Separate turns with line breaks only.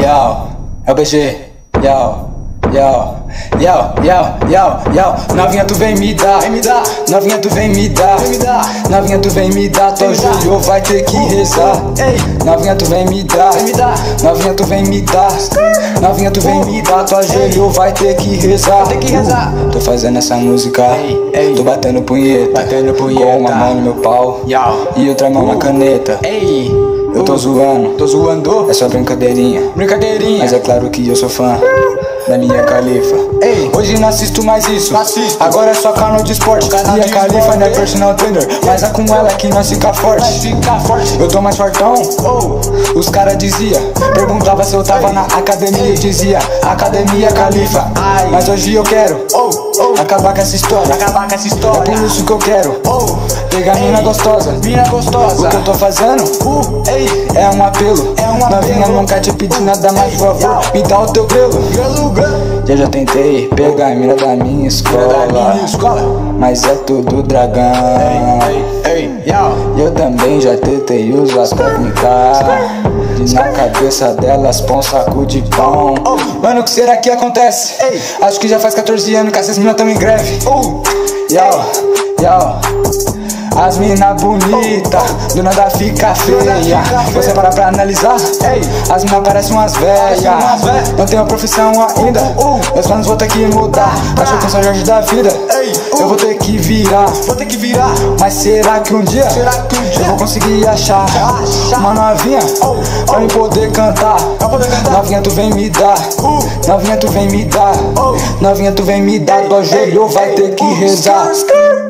Yo, LBG, yo. Yo, yo, yo, yo, yo, novinha tu vem me dar, vem me dar, novinha tu vem me dar, vem me dar, novinha tu vem me dar, teu joelho vai ter que rezar. Ei, novinha tu vem me dar, vem me dar, novinha tu vem me dar, novinha tu vem me dar, teu joelho vai ter que rezar. Tem que rezar. Tô fazendo essa música, tô batendo punheta, batendo punheta, Uh. com uma mão no meu pau, e outra mão na caneta. Ei. Eu tô zoando, tô zoando, é só brincadeirinha, brincadeirinha. Mas é claro que eu sou fã da minha califa. Ei, hoje não assisto mais isso. Assisto. Agora é só canal de esporte. Minha
de
califa
esporte.
não é personal trainer, mas é com ela que nós fica forte.
Fica forte.
Eu tô mais fortão, os cara dizia Perguntava se eu tava na academia, eu dizia Academia Califa,
Ai.
mas hoje eu quero
Oh, oh.
Acabar com essa história,
Acabar com essa
é por
história.
isso que eu quero
Oh.
Pegar
Ei.
mina gostosa,
Mina
o
gostosa.
que eu tô fazendo?
Uh, ei.
É um apelo,
É um
novinha
apelo.
nunca te pedi nada mais, por favor
Ei.
Me dá o teu grelo
Grelo, grelo.
Eu já tentei pegar a mina da minha
Da
escola
minha escola.
Mas é tudo dragão
Ei, ei, yo.
Eu também já tentei usar técnica De na cabeça delas pão saco de pão Mano, o que será que acontece?
Oh. Ei.
Acho que já faz 14 anos que essas minas tão em greve
Uh,
Yo, yo as mina bonita, do nada fica
nada
feia.
fica feia.
Você para pra analisar,
Ei.
as mina parecem umas velhas.
Parecem umas véia.
Não tenho profissão ainda,
Uh.
meus planos vou ter que mudar. Acho que eu sou Jorge da vida,
Ei. uh.
eu vou ter que virar.
vou ter que virar.
Mas será que um dia
Será que um dia
eu vou conseguir achar
Achar.
uma novinha
Oh,
pra me poder cantar?
Pra poder cantar.
Novinha, tu vem me dar.
Uh.
Novinha, tu vem me dar.
Oh.
Novinha, tu vem me dar. Do
ei,
joelho vai
ei,
ter que
uh,
rezar.
skr, skr.